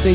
最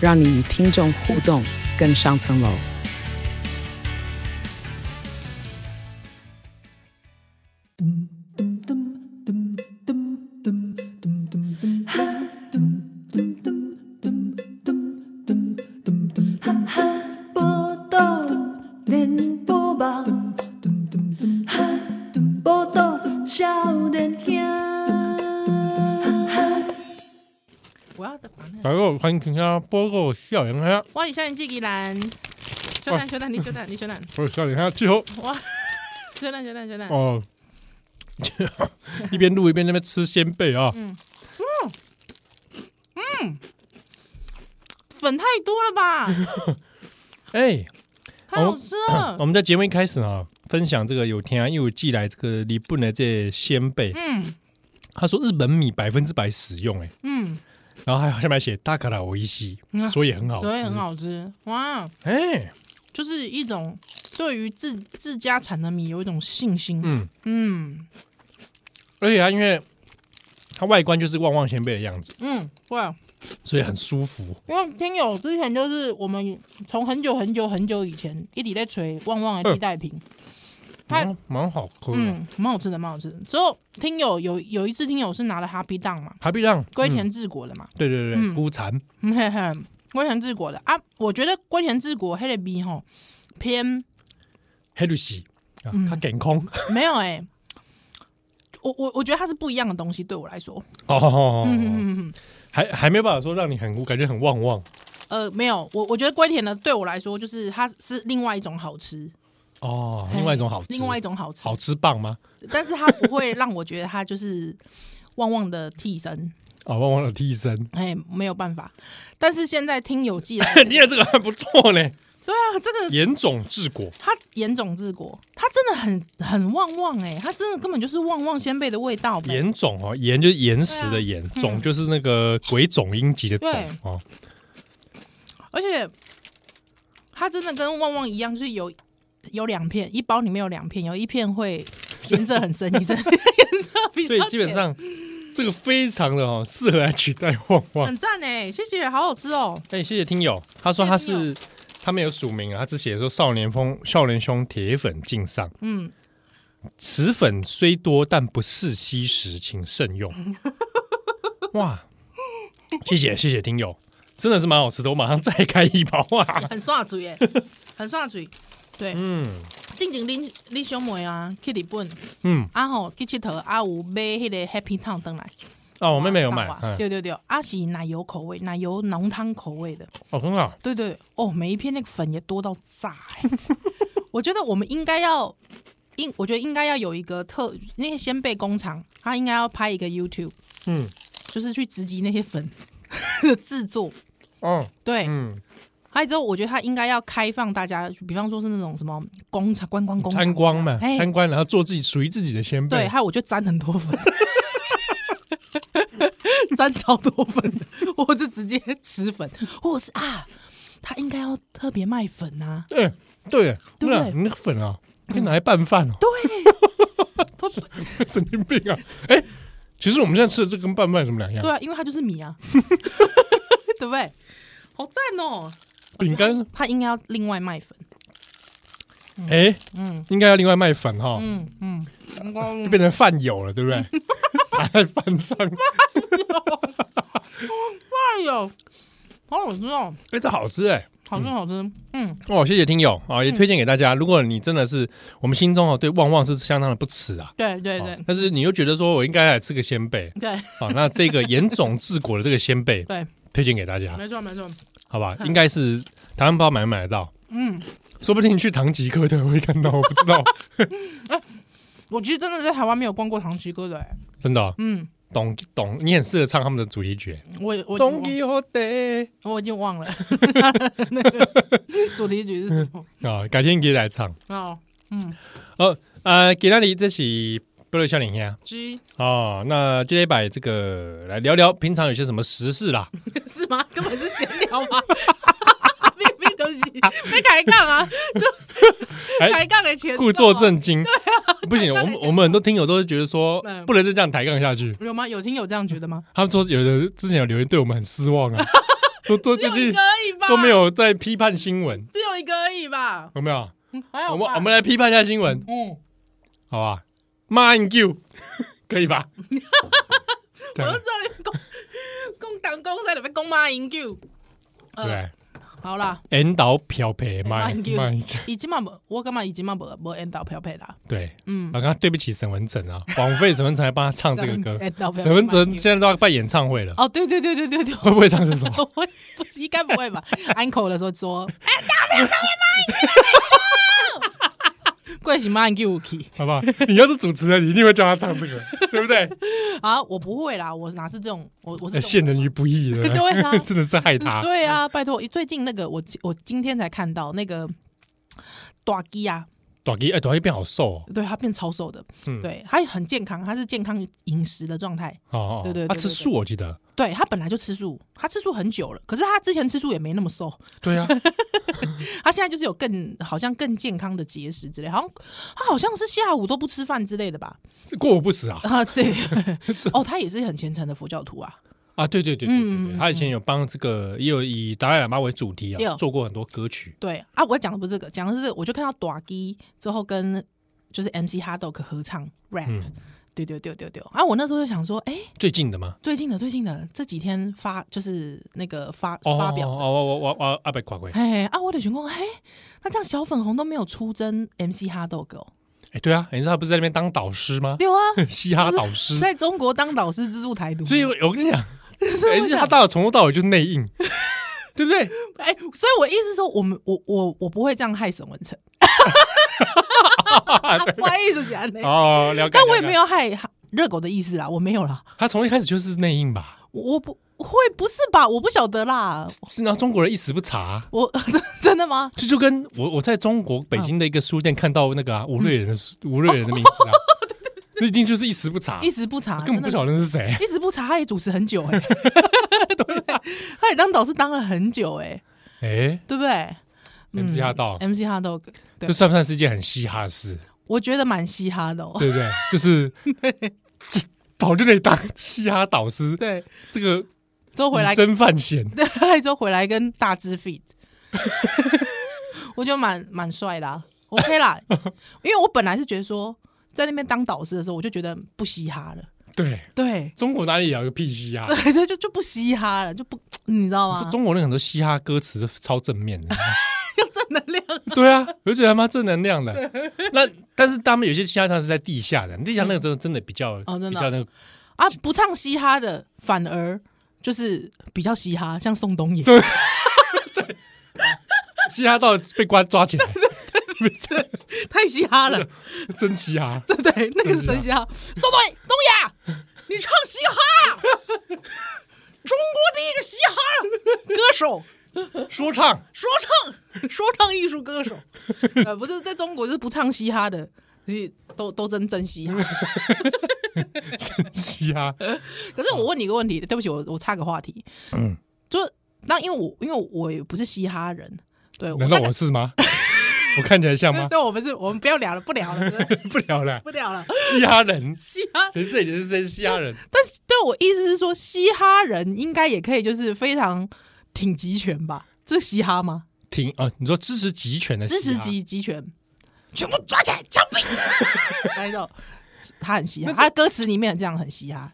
让你与听众互动更上层楼。报道连波梦，报道少年兄。我要的烦大家好，欢迎停下播够笑脸虾，我以下你寄给兰，小蛋小蛋，你小蛋你小 蛋，我是笑脸虾最后哇，小蛋小蛋小蛋，哦， 一边录一边在那边吃鲜贝啊，嗯粉太多了吧，哎、太好吃了我，们在节目一开始啊，分享这个有天啊，又有寄来这个日本的这鲜贝，嗯他说日本米百分之百使用、哎，嗯，然后还有下面写大卡拉维西，嗯所以很好吃，所以很，好吃哇，哎、就是一种对于自自家产的米有一种信心，嗯，嗯而且它啊因为它外观就是旺旺鲜贝的样子，嗯，对，所以很舒服，因为听友之前就是我们从很久很久很久以前一直在吹旺旺的替代品，它蛮哦蛮好喝的、嗯，蛮好吃的，蛮好吃的。之后听友有有一次听友是拿了哈皮蛋嘛，哈必让龟、嗯田治国的嘛，对对对，嗯孤蝉，嗯嘿嘿，龟田治国的啊，我觉得龟田治国黑的味吼偏黑绿喜啊嗯，它健 康。没有哎、我我我觉得它是不一样的东西，对我来说，哦，嗯嗯嗯嗯，还还没办法说让你很我感觉很旺旺呃，没有，我我觉得龟田的对我来说就是它是另外一种好吃，哦，另外一种好吃，哎另外一种好吃，好吃棒吗？但是它不会让我觉得它就是旺旺的替身，哦，旺旺的替身，哎，没有办法。但是现在听友 寄来的，你的这个还不错呢，对啊，这个严种治国，他严种治国，他真的很很旺旺哎、他真的根本就是旺旺先辈的味道呗。严种哦，严就是岩石的岩，嗯种就是那个鬼冢英吉的种对哦，而且它真的跟旺旺一样，就是有有两片，一包里面有两片，有一片会颜色很 深，一色颜色比较所以基本上这个非常的哦，适合来取代旺浅旺。很赞哎、谢谢，好好吃哦、哎，谢谢听友，他说他谢谢听是他没有署名啊，他只写说少年风少年兄铁粉敬上。嗯，此粉虽多，但不适吸食，请慎 用。哇，谢谢谢谢听友，真的是蛮好吃的，我马上再开一包啊！很刷嘴耶、欸很刷嘴。对，嗯静静你你小妹啊去日本，嗯，啊吼去佚佗，啊有买迄个 Happy Town 登来，哦，我妹妹有上买网，嗯，对对对，啊是奶油口味，奶油浓汤口味的，哦，很好，对对哦，每一片那个粉也多到炸、欸。 我觉得我们应该要，应我觉得应该要有一个特那些鲜贝工厂，他应该要拍一个 YouTube，嗯，就是去直击那些粉 的制作。哦，对，嗯，还有之后我觉得他应该要开放大家，比方说是那种什么工厂观光工厂参观嘛，哎参观，然后做自己属于自己的鲜对，贝，还有我就沾很多粉， 沾超多粉的，我就直接吃粉，或者是啊，他应该要特别卖粉啊，对哎对，对那你那个粉啊，可以拿来拌饭哦，不对， 神经病啊！哎，其实我们现在吃的这跟拌饭有什么两对样？啊，因为它就是 米啊，对不对？好赞哦！饼干，它应该要另外卖粉，哎，嗯应该要另外卖粉哈，嗯嗯，就变成饭友了，对不对？ 撒在饭 上，哎呦，好好吃哦，哎，这好吃哎、好吃好吃，嗯哦，谢谢听友啊，也推荐给大家。如果你真的是我们心中哦对旺旺是相当的不耻啊，对对对哦但是你又觉得说我应该来吃个鲜贝对啊，那这 个严种治国的这个鲜贝对，推荐给大家，没错没错，好吧？应该是台湾不知道买不买得到，嗯，说不定你去唐吉诃德会看到，我 不知道，我其实真的在台湾没有逛过唐吉诃德，哎真的啊、嗯，懂懂，你很适合唱他们的主题曲。我也我已经懂忘一好得我已经 忘了那个主题曲是什么啊，改天你可以来唱。哦哦，啊，给那里这是不乐笑脸呀。 ，G 哦，那这一百这个来聊聊平常有些什么时 事啦？是吗？根本是闲聊嘛， 明明都是被抬杠啊，抬哎，杠的前奏啊啊故作正经， 不行，我们我们很多听友都是觉得说嗯不能再这样抬杠下去。有吗？有听友这样觉得吗？他们说有人之前有留言对我们很失望 啊，说说只最有一近个而已吧，都没，有在批判新闻，只有一个而已吧，有没有？还有我们吧我们来批判一下新闻，嗯，好吧？Mind you，可以 吧？ 我对就知道你们共共 党公在里面公妈营救，呃，哎对，好啦，引导漂白 Mind ，mind you mind，已经嘛没，我感觉已经嘛没没引导漂配啦，对，嗯，啊，刚刚对不起沈文成啊，枉费沈文成来帮他唱这个歌。沈文泽成现在都要办演唱会了，哦，对对对对对对，会不会唱 这首？我不应该不会吧？uncle 的时候说， 哎，大表哥也骂你， 贵喜骂你 u k 好不好？你要是主持人，你一定会叫他唱 这个，对不对？啊，我不会啦，我哪是这种，我我是这哎种陷人于不义的， 对啊真的是害他。对啊，拜托，最近那个我我今天才看到那个短基啊，短吉哎，短吉变好瘦哦对他变超瘦的，嗯对，他也很健康，他是健康饮食的状态，哦哦，哦对对对他吃对对素我记得，对他本来就吃素，他吃素很久了，可是他之前吃素也没那么瘦，对啊，他现在就是有更好像更健康的节食之类，好像他好像是下午都不吃饭之类的 吧？这过午不食啊啊，这 哦，他也是很虔诚的佛教徒啊，啊！对对对对嗯对嗯对，嗯他以前有帮这个也有以达赖喇嘛为主题啊，有做过很多歌曲。对啊，我讲的不是这个，讲的是我就看到短基之后跟就是 MC Hard Dog 合唱 rap，、嗯对对对对对，啊，我那时候就想说，哎、最近的吗？最近的最近的这几天发就是那个发哦，发表哦的。哦，我我我我阿伯垮鬼，哎啊！我的员工，嘿，那这样小粉红都没有出征 MC 哈豆狗，哎，对啊，你知道他不是在那边当导师吗？ 对啊，嘻哈导师，在中国当导师资助台独， 所以我我跟你 讲，哎他到从头到尾就内应，对不对？哎、所以我意思是说，我们我我我不会这样害沈文 成，我意思是安内，哦，了解。但我也没有，有害热狗的意思啦，我没有啦，他从一开始就是内应吧？我我不会不是吧？我不晓得啦，是然后中国人一时不察，啊我 真真的吗？这就跟我我在中国北京的一个书店看到那个啊吴瑞仁的书吴瑞仁的名字嗯 啊，那一定就是一时不察一，时不查，根本不晓得，得那是谁。一时不查，他也主持很久 哎、对不对？他也当导师当了很久哎、哎对不对，MC 哈道， ？MC 哈豆哥，嗯哎对这算不算是一件很嘻哈的事？我觉得蛮嘻哈的哦。对不对？ 就是这跑就得当嘻哈导师，对，这个之后回来以，身犯险。对， 之后回来跟大只 feed，我觉得蛮蛮帅的、啊、，OK 啦。因为我本来是觉得说，在那边当导师的时候，我就觉得不嘻哈了。对，对，中国哪里有一个屁嘻哈？对， 这就就不嘻哈了，就不，你知道吗？中国人很多嘻哈歌词超正面的， 正能量，对啊，而且他妈正能量的。那但是他们有些嘻哈它是在地下的，地下那个真的真的比较哦真的比较那个啊，不唱嘻哈的反而就是比较嘻哈，像宋 冬野，这嘻哈到被关 抓起来，太嘻哈了，真嘻哈。对不对？那个是真嘻哈。宋冬野，冬野，你唱嘻哈， 中国第一个嘻哈歌手，说唱说唱，说唱艺术 歌手，呃，不是在中国就是不唱嘻哈的。就是都都真真嘻哈，嗯嘻哈，可是我问你一个问题，对不起，我我岔个话题，嗯就那因为我因为我也不是嘻哈人，对，难道我是 吗？我看起来像吗？所以我们是，我们不要聊了，不聊 了，不聊了，不聊了。 嘻哈人，嘻哈，谁这里是谁嘻哈人？但是对我意思是说，嘻哈人应该也可以，就是非常挺集权吧？这是嘻哈吗？挺啊，你说支持集权的啊嘻哈支持，集集权，全部抓起来枪毙！ 哎呦，他很嘻哈，他歌词里面这样很嘻哈。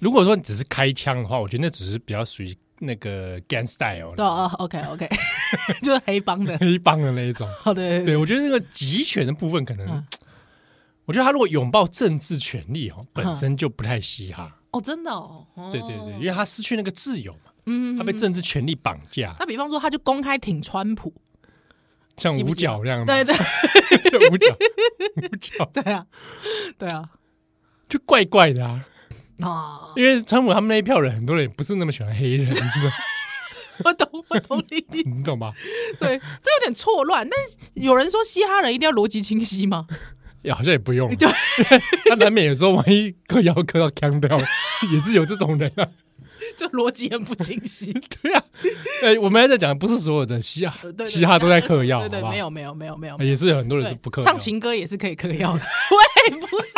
如果说你只是开枪的话，我觉得那只是比较属于那个 gang style 对哦，OK OK，就是 黑帮的。哦黑帮的那 一种。好的，对，我觉得那个集权的部分，可能、嗯我觉得他如果拥抱政治权利哦，本身就不太嘻哈。哦，真的哦，哦对对对，因为他失去那个自由嘛，嗯，啊他被政治权利绑架，那比方说，他就公开挺川普，像喜不五喜角那样嘛，对 对 五角，五角对啊，对啊，就怪怪的啊。啊，因为川普他们那一票人，很多人也不是那么喜欢黑人，你知道我懂，我懂你的意思。 你懂吧？对，这有点错乱。但是有人说嘻哈人一定要逻辑清晰吗？ 也好像也不用，对， 他难免有时候万一嗑药嗑到呛掉， 也是有这种人啊。 就逻辑很不清晰。对啊，哎，我们还在讲，不是所有的嘻哈对呃对，嘻哈都在嗑药，对对，好不好哎没有没有没有没有，也是有很多人对是不嗑药唱情歌也是可以嗑药的。 喂，不是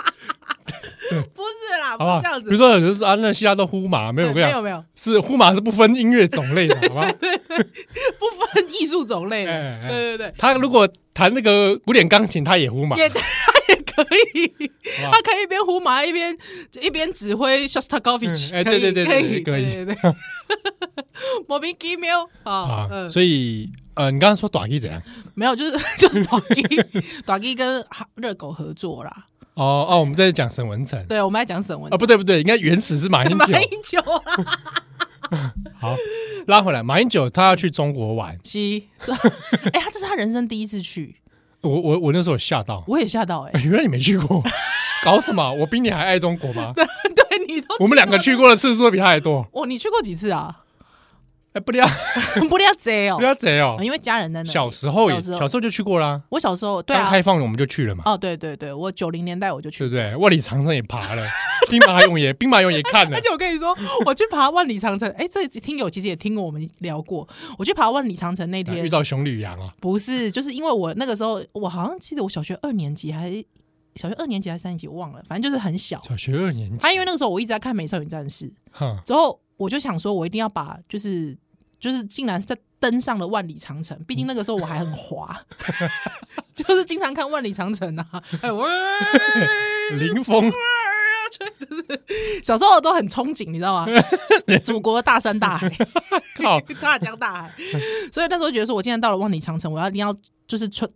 啦，不是啦，好不不好是这样？子。比如说有人说啊，那嘻哈都呼麻，没有，我对跟你没讲有没有，是呼麻是不分音乐 种类的，好不好？不分艺术种类的哎哎。对对对，他如果弹那个古典钢琴，他也呼麻，也他也可以，好不好他可以一边胡麻一边一边指挥 Shostakovich。嗯哎对对对对可对以对对对， 莫名其妙啊啊。嗯所以呃，你刚刚说短 K 怎样？没有，就是 就是短一 短一跟热狗合作啦。哦哦，我们在讲沈文成对，我们来讲沈文啊，不对不对，应该原始是马 英马九。英九啊， 好，拉回来，马英九他要去中国玩，西， 哎，他这是他人生第一次去，我我我那时候有吓到，我也吓到 哎、原来你没 去过，搞什么？我比你还爱中国吗？对你都我们两个去过的次数比他还多，哦，你去过几次啊？ 哎，不聊不要贼哦不，聊贼哦啊，因为家人在那。小时候也小时候小时候就去过啦，我小时候对刚啊，开放我们就去了嘛，哦对对对，我九零年代我就去对不对？万里长城也爬 了，兵马俑也兵马俑也看了而，且我跟你说，我去爬万里长城，哎、这听友其实也听过我们聊过。我去爬万里长城那哎遇天，到熊旅羊啊，不是就是因为我那个时候，我好像记得我小学二年级还小学二年级还是三年级，我忘了，反正就是很小。小学二年级，他因为那个时候我一直在看《美少女战士》，哈，之后我就想说，我一定要把就是就是竟然是在登上了万里长城，毕竟那个时候我还很滑，就是经常看万里长城啊，还有林峰小时候都很憧憬，你知道吗？祖国的大山大海，靠，大江大海，所以那时候觉得说，我竟然到了万里长城，我要一定要就是穿。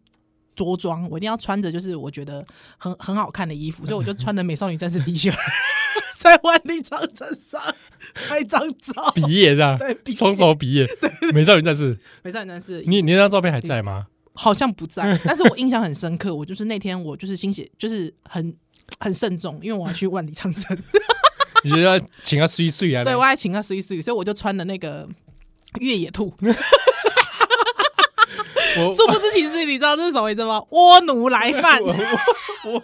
着装，我一定要穿着就是我觉得很很好看的衣服，所以我就穿了美少女战士 T 恤， 在万里长城上拍张照。毕业这样 对毕，业双手毕业，美少女战士，美少女战士你你那张照片还在吗？好像不在，但是我印象很深刻。我就是那天，我就是心血，就是很很慎重，因为我要去万里长 城，你觉得要请他睡一睡啊？对我还请他睡一睡，所以我就穿的那个越野 兔。我殊不知，其实你知道这是什么意思吗？倭奴来 犯，我我我，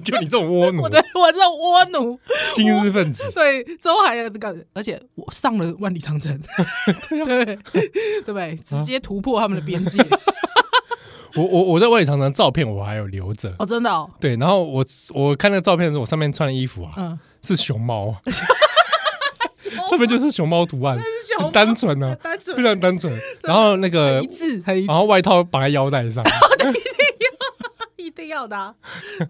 就你这种窝奴，我的我这倭奴，今日分子，对，周海的那个，而且我上了万里长城， 对啊对不对？直接突破他们的边界，我我我在万里长城的照片我还有留着。 哦，真的哦，对，然后我我看那个照片的时候，我上面穿的衣服啊、嗯，是熊猫，上面就是熊猫图案，是很单纯啊，单纯非常单纯。然后那个一，致，很一致然后外套绑在腰带上， 一定要的啊，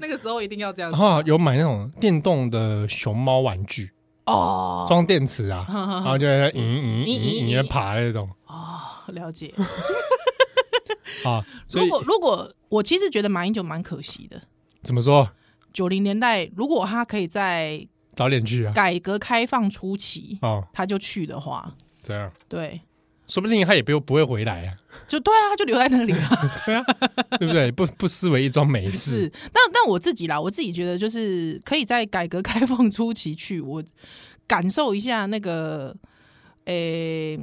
那个时候一定要这样然后有买那种电动的熊猫玩具，哦装电池啊，然后就在那嗯嗯嗯嗯嗯嗯嗯爬那种哦，了解。啊。所如以果如果我其实觉得马英九蛮可惜的，怎么说，九零年代如果他可以在早点去啊，改革开放初期哦，他就去的话，这样，对，说不定他也不不会回来啊。就对啊，他就留在那里 了。对啊，对不对？不不失为一桩美是事。，但但我自己啦，我自己觉得就是可以在改革开放初期去，我感受一下那个，诶、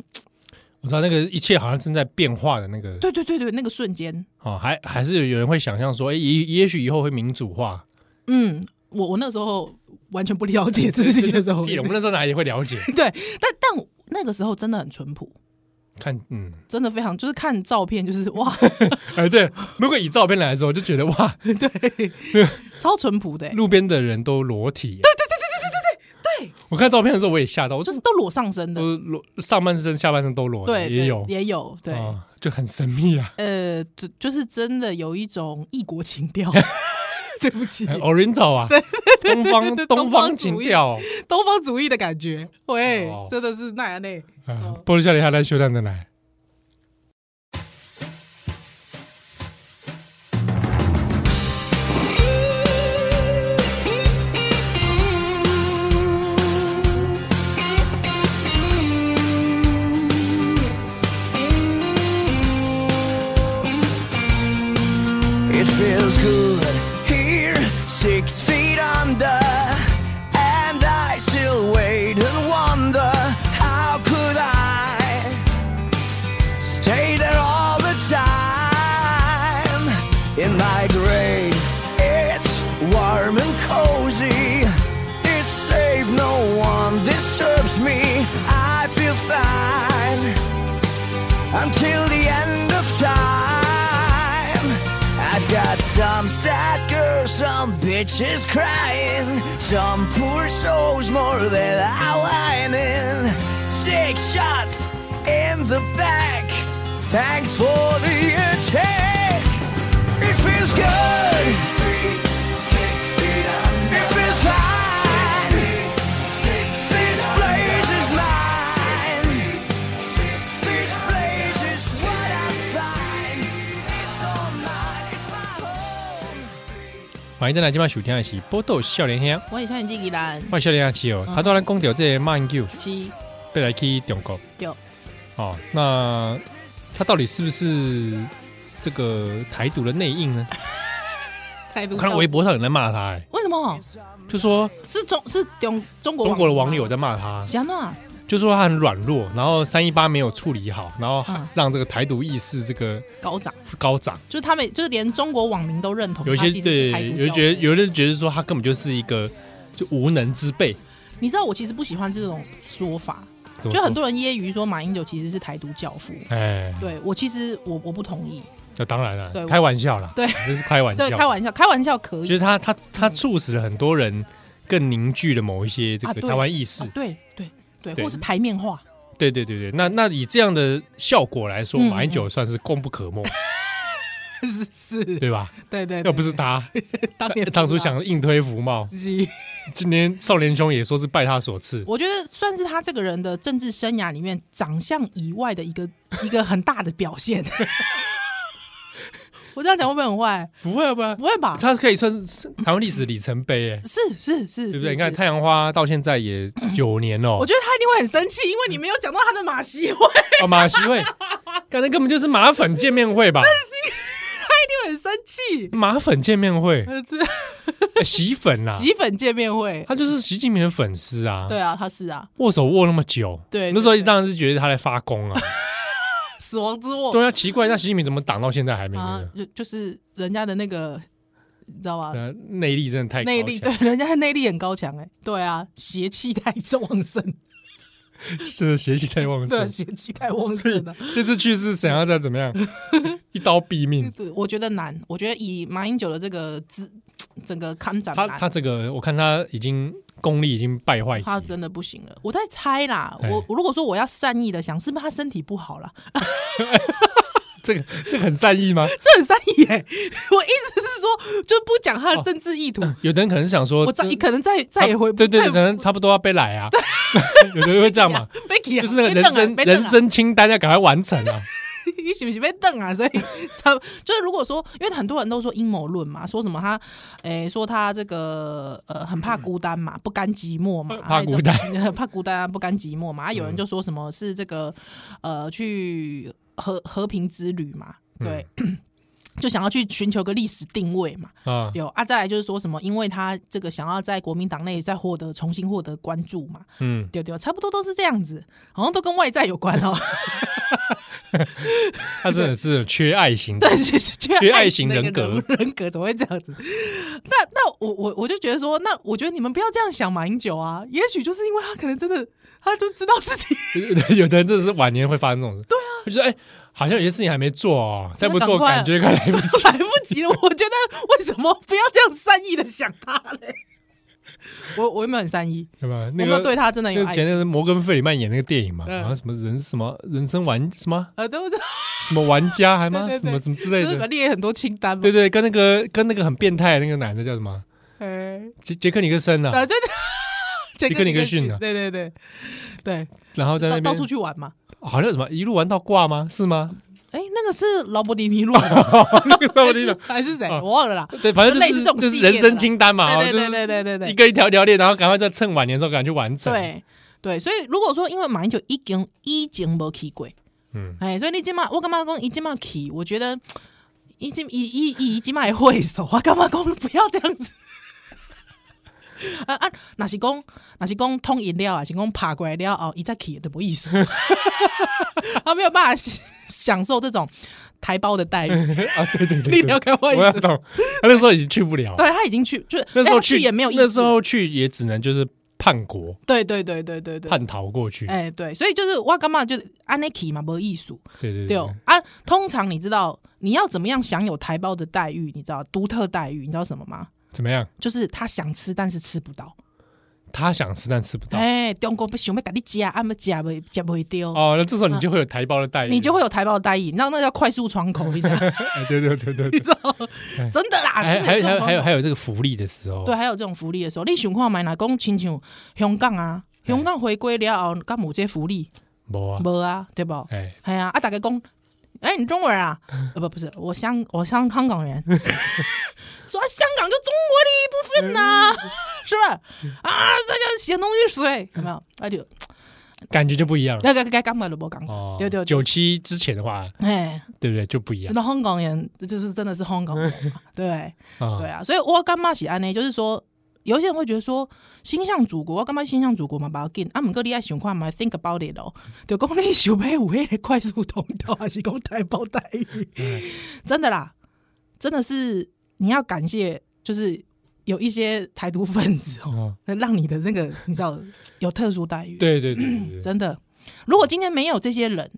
我知道那个一切好像正在变化的那个，对对对对，那个瞬间，哦，还还是有人会想象说，哎，也也许以后会民主化。嗯，我我那时候完全不了解这件事情的时候， 屁对，我们那时候哪里会了 解？但但我那个时候真的很淳朴，看，嗯，真的非常，就是看照片，就是 哇，哎，对，如果以照片来说，就觉得哇，对，超淳朴的欸、路边的人都裸体。对对对对对对对对对。我看照片的时候，我也吓到，我就就是是都裸上身的，我裸上半身、下半身都裸的，对，也对有，也有，对，哦就很神秘啊。呃，就就是真的有一种异国情 调。对不起，很 Oriental 啊，东方对东东方方主义情调，东方主义的感觉，喂，哦真的是那样嘞。啊，波多笑脸下来修蛋的奶。 It feels good here, six feet under, and It's me, I feel fine until the end of time. I've got some sad girls, some bitches crying, some poor souls more than I whining. Six shots in the back. Thanks for the attack. It feels good. It feels fine. This place is mine. This place is what I find. It's all mine. It's my home. 欢迎再来今晚收听的是《波豆笑脸兄》，我以前记依然我是笑脸兄七嗯哦，他都然讲到这个马英九是被来去中国有哦，那他到底是不是这个台独的内应呢？台独我看到微博上有人在骂他、哎，为什么就说是中是中中国中国的网友在骂他，想啊，就说他很软弱，然后三一八没有处理好，然后嗯让这个台独意识这个高涨，高涨。就是他们就是连中国网民都认哦同他有一其实些对是台，独教的，有人觉得有人觉得说他根本就是一个就无能之辈，你知道我其实不喜欢这种说法，怎么就说很多人揶揄说马英九其实是台独教父。哎，对我其实我我不同意，那当然对了，我开玩笑啦，对，这是开玩笑，对，开玩笑，开玩笑可以，就是他他他促使了很多人更凝聚了某一些这啊个对台湾意识啊，对对对，对或是台面化，对对对对，那那以这样的效果来说，嗯马英九算是功不可没，是 是，对吧？对对，要不是他当年当初想硬推福茂，今年少年兄也说是拜他所赐，我觉得算是他这个人的政治生涯里面长相以外的一个 一个很大的表现。 我这样讲会不会很坏？不会吧不？会吧？他可以算是是台湾历史里程碑哎，是是是，对是不对？你看是太阳花到现在也九年哦，我觉得他一定会很生气，因为你没有讲到他的马戏会，哦马习 会，干那根本就是马粉见面会吧？ 他一定会很生气。马粉见 面会，呃，这哎洗粉啦，洗粉见面会，他就是习近平的粉丝啊，对，啊，他是啊，握手握那么久，对那时候对对当然是觉得他在发 功啊，死亡之握对啊，奇怪，那习近平怎么挡到现在还没那啊个？，就就是人家的那个，你知道吧？呃，内力真的太内高力对强，，人家的内力很高强哎、对啊，邪气太旺盛， 真的邪气太旺对， 盛。邪气太旺盛了。 这次去是想要再怎么样，一刀毙命。 对，我觉得难，我觉得以马英九的这个资整个看展他难他这个，我看他已经功力已经败坏，他真的不行了。我在猜啦，哎我我如果说我要善意的想，是不是他身体不好啦？ 这个这个很善意吗？这很善意哎、 我意思是说，就不讲哦他的政治意图。有的人可能想说，我再这可能再再也回不对对，对可再能差不多要被来啊， 有的人会这样 嘛，被起啊就是那个被人瞪啊生被瞪啊人生清单要赶快完成啊， 你是不是被瞪啊？所以 他就是如果说，因为很多人都说阴谋论嘛，说什么他，诶、说他这个呃很怕孤单嘛，不甘寂寞嘛，怕孤单嗯还有这种， 怕孤单啊，不甘寂寞嘛。啊，有人就说什么是这个呃去和和平之旅嘛，对。嗯 就想要去寻求个历史定位嘛，啊，有啊，再来就是说什么，因为他这个想要在国民党内再获得重新获得关注嘛，嗯，对对，差不多都是这样子，好像都跟外在有关哦。他真的是缺爱型的对， 是是缺缺爱爱型的一人个格人格怎么会这样子？那那我我我就觉得说，那我觉得你们不要这样想马英九啊，也许就是因为他可能真的，他就知道自己 有的人真的是晚年会发生这种事，对啊，就是哎、好像有些事情还没做哦，再不赶做快啊感觉快来不及。 来不及了。我觉得为什么不要这样善意的想他嘞？我我有没有很善意？对吧？有没那有个对他真的那有个爱前阵心？子摩根费里曼演那个电影嘛，嗯然后什么人什么人生玩什么呃，对不对？什么玩家还吗？对对什对么什么之类就是的，列很多清单嘛对。对，跟那个跟那个很变态的那个男的叫什么？哎，杰杰克尼克森啊，啊，对对，杰尼克尼克逊啊对对对对，然后在那到到边处去玩嘛。好像什么一路玩到挂吗？是吗？哎，那个是劳勃迪尼路 那个到底还是谁？啊我忘了啦。对，反正就类似是这种就是系列人的生清单嘛，对对哦对对对就是一对对个一条条列，然后赶快在趁晚年的时候赶快去完成。，对对，所以如果说因为马英九已经已经没去过，嗯，哎，所以你今嘛我干嘛讲一今嘛去？我觉得已经已已已今嘛也会手， 我干嘛讲不要这样子？ 啊啊，那是讲那是讲通饮料啊，是讲爬过来了哦，一再去的不艺术， 他没有办法享受这种台胞的 待遇。 啊，对对你对了对，解我意我要思？ 懂。他那时候已经去不了，对他已经去，就是那时哎候他去也没有意思，那时候去也只能就是叛国、对对对对对对，叛逃过去。哎、对，所以就是我干嘛就是安内奇嘛，没艺术对对对哦啊。通常你知道你要怎么样享有台胞的待遇，你知道独特待遇，你知道什么吗？怎么样？就是他想吃，但是吃不到。他想吃但吃不到。哎、中国不想要给你夹，啊，没夹没夹不丢，哦，那这时候你就会有台胞的待遇，嗯你就会有台胞的待遇。你知道那叫快速窗口，你知道哎，对对对 对对，真的啦。还啊真的还有这种还有还有窗口还有这个福利的时候，对，还有这种福利的时候，你想看买哪讲亲像香港啊，香港回归了后，干有这福利没啊，无啊，对不？哎，哎呀，啊，大概讲，哎、你中国人啊？呃，不，不是，我香，我香香港人，主要香港就中国的一部分呐、是吧？啊，大家血浓于水，有没有？啊，就感觉就不一样了。那个该讲的萝卜讲，哦，对对对，九七之前的话，哎，对不对就不一样那香港人就是真的是香港人嘛，对。啊。对，啊，所以我干嘛喜安呢？就是说，有一些人会觉得说，心向祖国，我干嘛心向祖国嘛，把我紧啊，毋过你爱想看嘛，think about it 哦，就讲你想要有迄个快速通道，还是讲台胞待遇？ 真的啦，真的是你要感谢，就是有一些台独分子哦，哦，让你的那个你知道有特殊待遇。，对对对 对对，真的，如果今天没有这些人，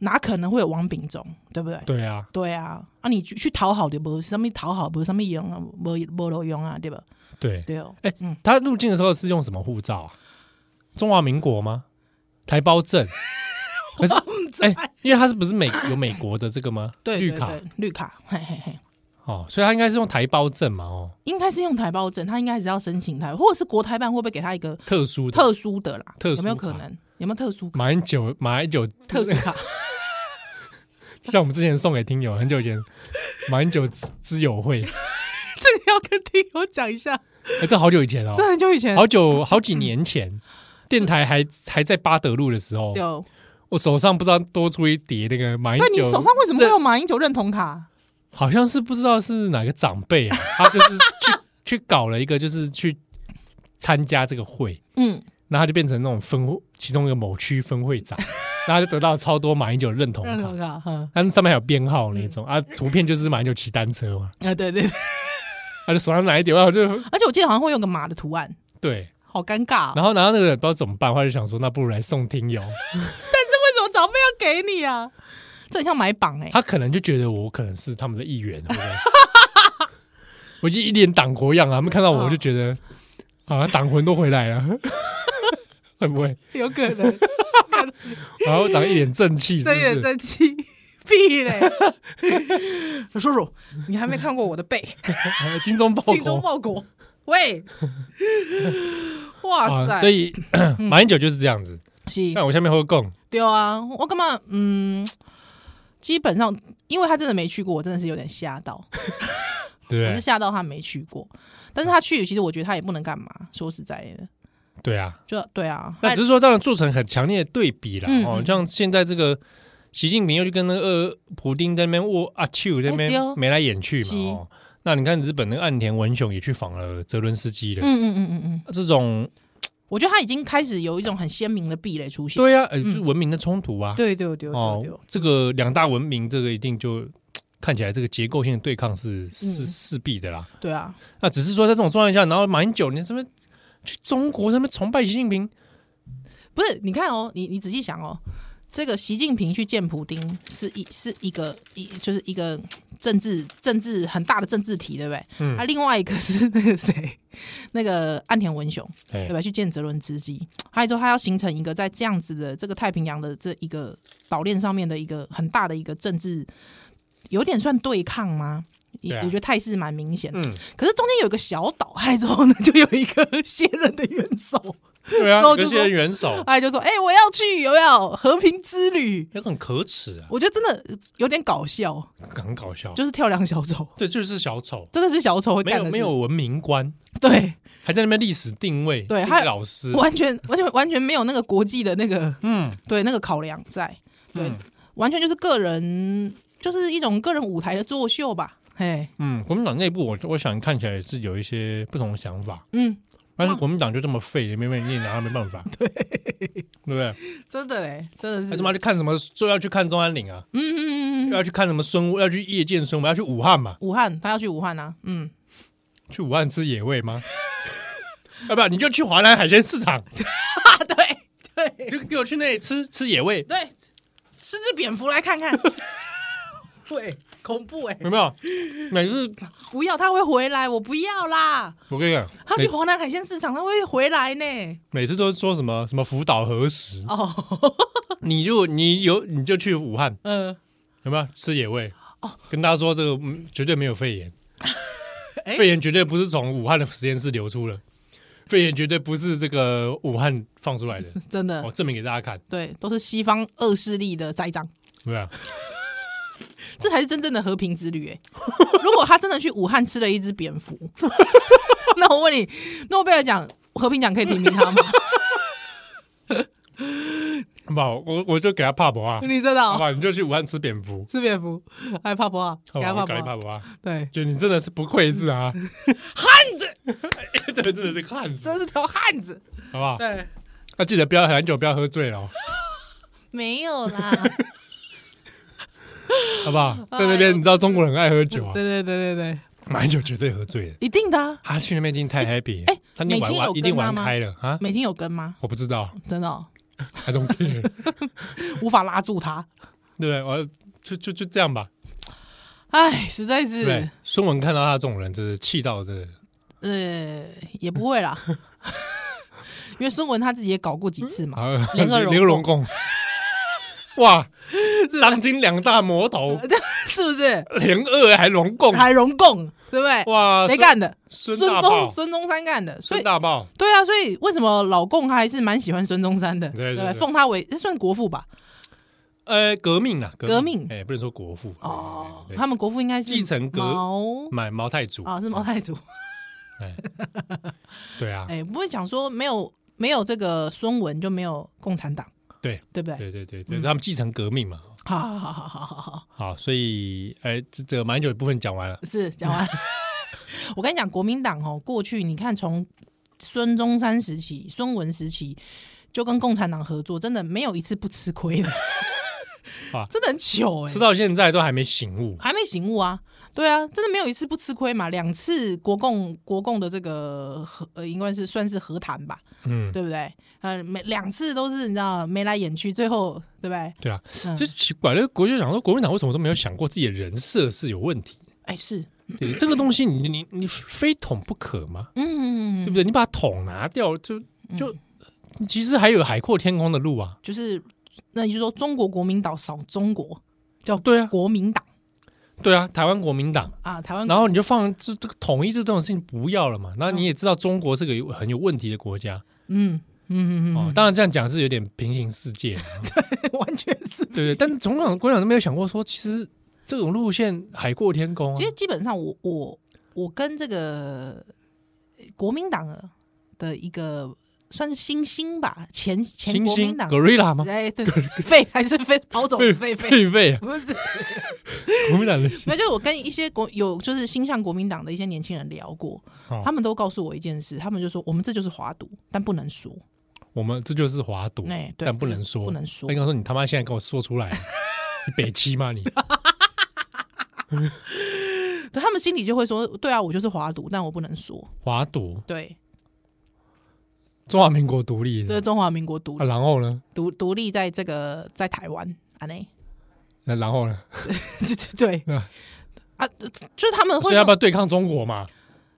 哪可能会有王炳忠，对不对？对啊，对啊，啊你去去讨好的无什么讨好，无什么用啊，无无路用啊，对吧？对。 对哦，哎，他入境的时候是用什么护照啊？中华民国吗？台胞证？可是哎，因为他是不是美有美国的这个吗？对绿对卡对绿卡，嘿嘿嘿，哦，所以他应该是用台胞证嘛，哦，应该是用台胞证，他应该是要申请台，或者是国台办会不会给他一个特殊的特殊的啦？特殊有没有卡可能？有没有特殊卡？马英九马英九 特殊卡，就 像我们之前送给听友很久以前，马英九之之友会，这 个要跟听友讲一 下，哎，这好久以前哦，这很久以前好久好几年前，电台还还在巴德路的时候，有，我手上不知道多出一叠那个马英但你九，手上为什么会有马英九认同卡？好像是不知道是哪个长辈啊，他就是去 去搞了一个，就是去参加这个会，嗯，那他就变成那种分会其中一个某区分会 长，那他就得到超多马英九认同认卡同，嗯卡，嗯，那上面还有编号那种啊，图片就是马英九骑单车嘛，啊对对 对，他就手上拿一叠，然后就而且我记得好像会有个马的图案，对。 好尴尬哦。然后拿到那个不知道怎么办，他就想说，那不如来送听友。为什么长辈要给你啊？这很像买榜哎，他可能就觉得我可能是他们的一员，会不会我就一脸党国样啊！他们看到我就觉得、嗯啊，党魂都回来了， 会不会？ 有可能。然后长一脸正气，是不真也 是？真气，屁嘞！ 叔叔，你还没看过我的 背，啊精忠报精忠国报国。喂， 哇塞！嗯啊！所以马英九就是这样子。是那我下面会供对啊，我干嘛？嗯，基本上，因为他真的没去过，我真的是有点吓到，对我不是对？吓到他没去过。但是他去，其实我觉得他也不能干嘛。说实在的，对啊，就对啊，那只是说当然做成很强烈的对比啦。嗯哦，嗯像现在这个习近平又去跟那个呃普丁在那边握啊丘在那哎边对哦眉来眼去嘛。是哦，那你看日本那个岸田文雄也去访了泽伦斯基了。嗯嗯嗯嗯嗯，这种我觉得他已经开始有一种很鲜明的壁垒出现。对呀、呃，嗯就是文明的冲突啊。对对对对对哦，，这个两大文明，这个一定就看起来这个结构性的对抗是是嗯势必的啦。对啊，那只是说在这种状态下，然后马英九你什么去中国他们崇拜习近平，不是，你看哦，你你仔细想哦，这个习近平去见普丁是一是一个一就是一个嗯政治政治很大的政治体，对不对？嗯啊，另外一个是那个谁， 那个岸田文雄，哎对啊吧？去见泽伦斯基，还有之后他要形成一个在这样子的这个太平洋的这一个岛链上面的一个很大的一个政治，有点算对抗吗？也对啊我觉得态势蛮明显的，嗯可是中间有一个小岛，还之后呢，就有一个 卸任的元首，对啊之后，就这些说元首哎，就说：“哎、我要去，有没有和平之旅也很可耻啊？”，我觉得真的有点搞哦笑，很搞笑。就是跳梁小丑，对，就是小丑，真的是小丑会没干有的事没有，文明观， 对，还在那边历史定位，对定还位有老师，完全完全完全没有那个国际的那个嗯，对那个考量在，对，嗯完全就是个人，就是一种个人舞台的作秀吧。嘿，嗯，国民党内部我我想看起来是有一些不同的想法，嗯，但是国民党就这么废，没没你也拿他没办 法，对对不对？真的哎，真的还是他，妈去看什么？就要去看中安岭啊，嗯嗯嗯嗯嗯，要去看什么孙悟，要去夜见孙悟，要去武汉嘛？武汉，他要去武汉啊，嗯，去武汉吃野味吗？ 要不然你就去华南海鲜市场，啊，对对你就给我去那里吃吃野味，对，吃只蝙蝠来看看。对，恐怖哎、有没有？每次不要，他会回来，我不要啦。我跟你讲，他去每华南海鲜市场，他会回来呢。每次都说什么什么福岛核实，哦，你就你有你就去武汉，嗯，有没有吃野味？哦，跟大家说这个、嗯、绝对没有 肺炎，哎肺炎绝对不是从武汉的实验室流出了，肺炎绝对不是这个武汉放出 来的，真的我、，证明给大家看，对，都是西方恶势力的栽赃，对吧？这才是真正的和平之旅哎、 如果他真的去武汉吃了一只蝙蝠， 那我问你，诺贝尔奖和平奖可以提名他 吗？不好，我我就给他怕博 啊，你知道好吧，你就去武汉吃蝙 蝠，吃蝙蝠，还怕不怕？好吧，我给你怕博啊。对，就你真的是不愧是啊， 汉子， 对，真的是汉子，真是条汉子。好不好？对，那记得不要很久，不要喝醉了哦，没有啦。好不好？在那边你知道中国人很爱喝酒啊， 哎对对对对对，买酒绝对喝醉的。一定的、啊。他去那边一定太 happy，哎他一定美玩金有玩跟一定玩吗开了啊，美金有跟吗？我不知道真的、 哦、 ，I don't care，对无法拉住他。不对？我就就就这样吧。哎，实在对不对是，，孙文看到他这种人，真是气到这，呃，也不会啦， 因为孙文他自己也搞过几次嘛。啊，联合 联合龙共，哇，当今两大 魔头，是不是？联俄还龙共，还容共，对不对？哦哇，谁干的？孙大孙炮中孙中山干的，所孙以大炮，对啊，所以为什么老共他还是蛮喜欢孙中山的？对对不对奉他为这算国父吧？呃，革命啊，革命哎，不能说国父哦，对对对他们国父应该是继承革毛买毛太祖啊，是毛太 祖。哎， 对啊，哎，不会想说没有没有这个孙文就没有共产党，对对不对？嗯对对对，就是他们继承革命嘛。好好好好好好好，好，所以哎，这这个马英九的部分讲完了，是讲 完了。我跟你讲，国民党哦，过去你看从孙中山时期、孙文时期就跟共产党合作，真的没有一次不吃亏的哇，真的很糗哎、吃到现在都还没醒悟。还没醒悟啊，对啊，真的没有一次不吃亏嘛，两次国共国共的这个和呃，应该是算是和谈吧，嗯，对不对？呃，每两次都是你知道眉来眼去，最后对不对？对啊，嗯就奇怪，那个国就想说，国民党为什么都没有想过自己的人设是有问题？哎是，对这个东西你，你你非捅不可嘛，嗯，对不对？你把捅拿掉，就就其实还有海阔天空的路啊。就是那你就说中国国民党扫中国叫对啊国民党对啊，台湾国民党，啊，台湾然后你就放这这个统一这种事情不要了嘛。那你也知道中国是个有很有问题的国家嗯嗯嗯哦。当然这样讲是有点平行世 界，啊嗯，完全是。对不对？但是总长国民党都没有想过说，其实这种路线海阔天空、啊。其实基本上我我我跟这个呃国民党的的一个算是新兴吧，前前星国星民党 gorilla 吗？哎，对，狒还是狒跑走狒狒，狒狒啊，不是，国民党的没有，就是我跟一些国有就是新向国民党的一些年轻人聊过，哦他们都告诉我一件事，他们就说哦我们这就是华独，但不能说，我们这就是华独，哎对但不这就能是说，不能说应该说你他妈现在跟我说出来， 你北七吗你？对他们心里就会说，对啊，我就是华独，但我不能说，华独，对，中华民国独立，这是中华民国独啊，然后呢？独独立在这个在台湾啊内，那呃然后呢？ 对对啊啊，就是他们所会以要不要对抗中国嘛？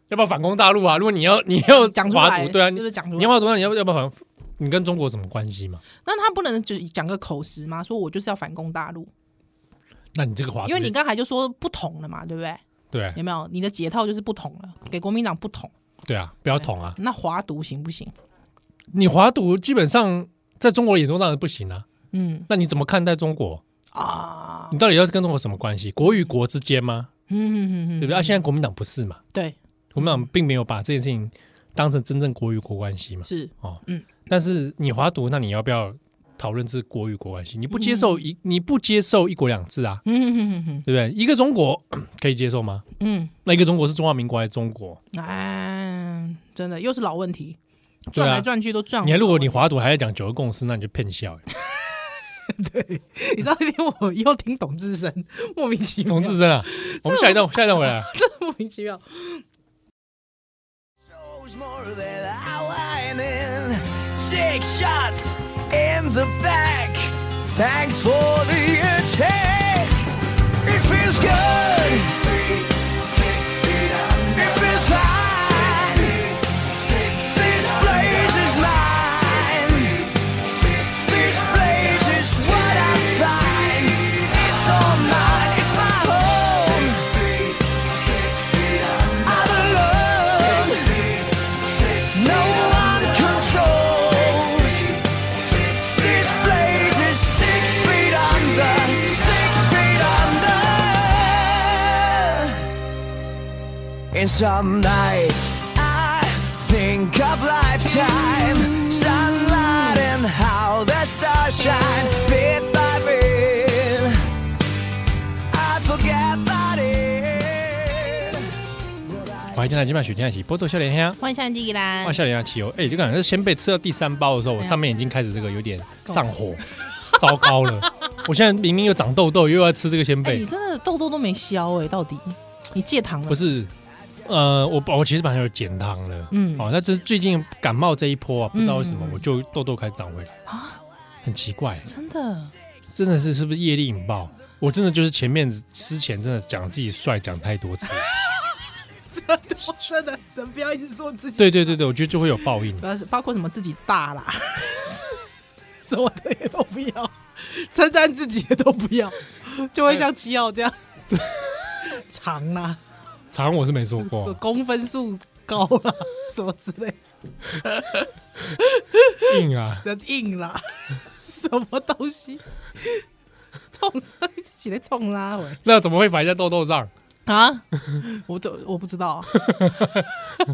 要不要反攻大陆啊？如果你要 你要讲出华来，独，对啊，就你是讲出你要不来。要独立？你要不要不要反？你跟中国什么关系嘛？那他不能就讲个口实吗？说我就是要反攻大陆，那你这个华独，因为你刚才就说不同了嘛，对不对？对啊有没有？你的解套就是不统了，给国民党不统，对啊，不要捅啊！那华独行不行？你华独基本上在中国眼中当然不行啊。嗯那你怎么看待中国？啊，你到底要是跟中国什么关系？国与国之间吗？嗯嗯嗯对嗯，不对？啊，现在国民党不是嘛？对，国民党并没有把这件事情当成真正国与国关系嘛。是哦，嗯。但是你华独，那你要不要讨论是国与国关系？你不接受一，你不接受一国两制啊，嗯嗯嗯对不对？一个中国 可以接受吗？嗯那一个中国是中华民国还是中国？嗯，哎，真的又是老问题，对转啊来转去都转不你到。还如果你华独还在讲九个共识，那你就骗笑欸。你知道那天我又听董志生，莫名其 董 志真啊，我们下一段下一段回来啊。莫名其妙。 Shows more than hour and in. Six shots in the back. Thanks for the attack. It feels good. It feels fine. This place is mine. This place is what I find. It's all mine. It's my home. I'm alone. No one controls. This place is six feet under. Six feet under. And some nights I think of lifetime, sunlight and how the stars shine, bit by bit. I forget about it. 欢迎进来今晚许天喜，波多笑脸香，欢迎下一季兰哇，，笑脸香汽油，哎，这个好像是先被吃到第三包的哎时候，我上面已经开始这个有点上火，糟糕了，我现在明明又长痘痘，又要吃这个鲜哎、贝你，真的痘痘都没消哎、到底你戒糖了？不，是，呃，我我其实本来有减糖了，嗯，哦，那就是最近感冒这一波啊，不知道为什么嗯嗯嗯我就痘痘开始长回来啊很奇怪，真的，真的是是不是业力引爆？我真的就是前面之前真的讲自己帅讲太多次，我真的，人不要一直说自己，对对对对，我觉得就会有报应主。要是包括什么自己大啦， 什么的也都不要，称赞自己的都不要，就会像七号这样 长啦，常我是没说过啊，公分数高啦，什么之类的。硬啊，人硬啦，什么东西？冲 上一起来冲啦喂！那怎么会反映在痘痘上？啊， 我都我不知道、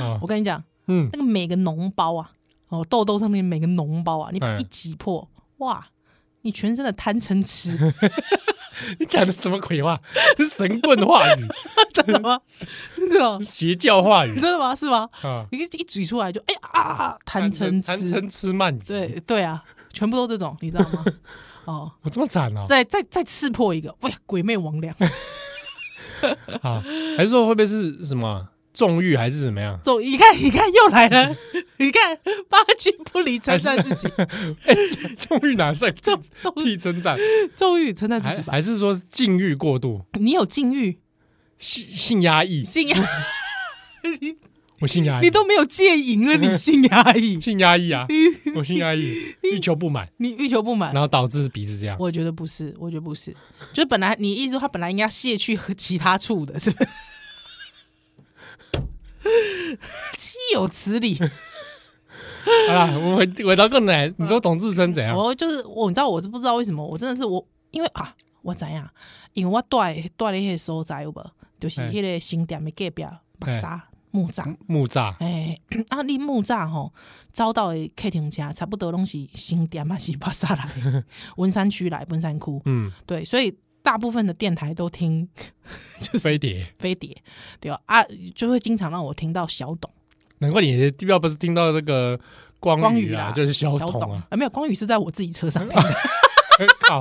啊我跟你讲，嗯，那个每个脓包啊，哦，痘痘上面每个脓包啊，你哎一挤破，哇，你全身的贪嗔痴， 你讲的什么鬼话？是神棍话语，真的吗？是哦，邪教话语 真的吗？是吗？啊！你一一挤出来就哎呀啊，贪嗔贪痴，嗔痴慢疑，对对啊，全部都这种，你知道 吗？哦，我这么惨哦再再再刺破一个，喂，鬼魅魍魉。啊！还是说会不会是什么 纵欲还是怎么样？总你看，你看又来 了，你看八句不离称赞自己，哎，纵欲哪算屁称赞？ 终于称赞 自己还吧。还是说禁欲过度、你有禁欲，性性压抑？性压，你我性压抑，你都没有戒瘾了，你性压抑，性压抑啊！你 我性压抑，欲求 不满，你欲求不满然。后导致鼻子这样。我觉得不是，我觉得不是，就是本来你意思说他本来应该卸去和其他处的，是不 是？岂有此理！好啦，啊我回回到更 难，你说董志生怎样？我就是我，你知道我是不知道为什么，我真的是我，因为啊，我怎样，因为我住的住的迄个所在有无，就是嘿迄个新店的隔壁白沙木栅，木 栅哎、啊，你木栅吼招到的客厅家差不多拢是新店还是白沙来的，文山区来文山区，嗯，对，所以大部分的电台都听飞碟，飞碟，对啊，啊，就会经常让我听到小董。难怪你地标不是听到这个光光宇宇啊，啦，就是小董董啊，没有光宇是在我自己车 上听的，靠，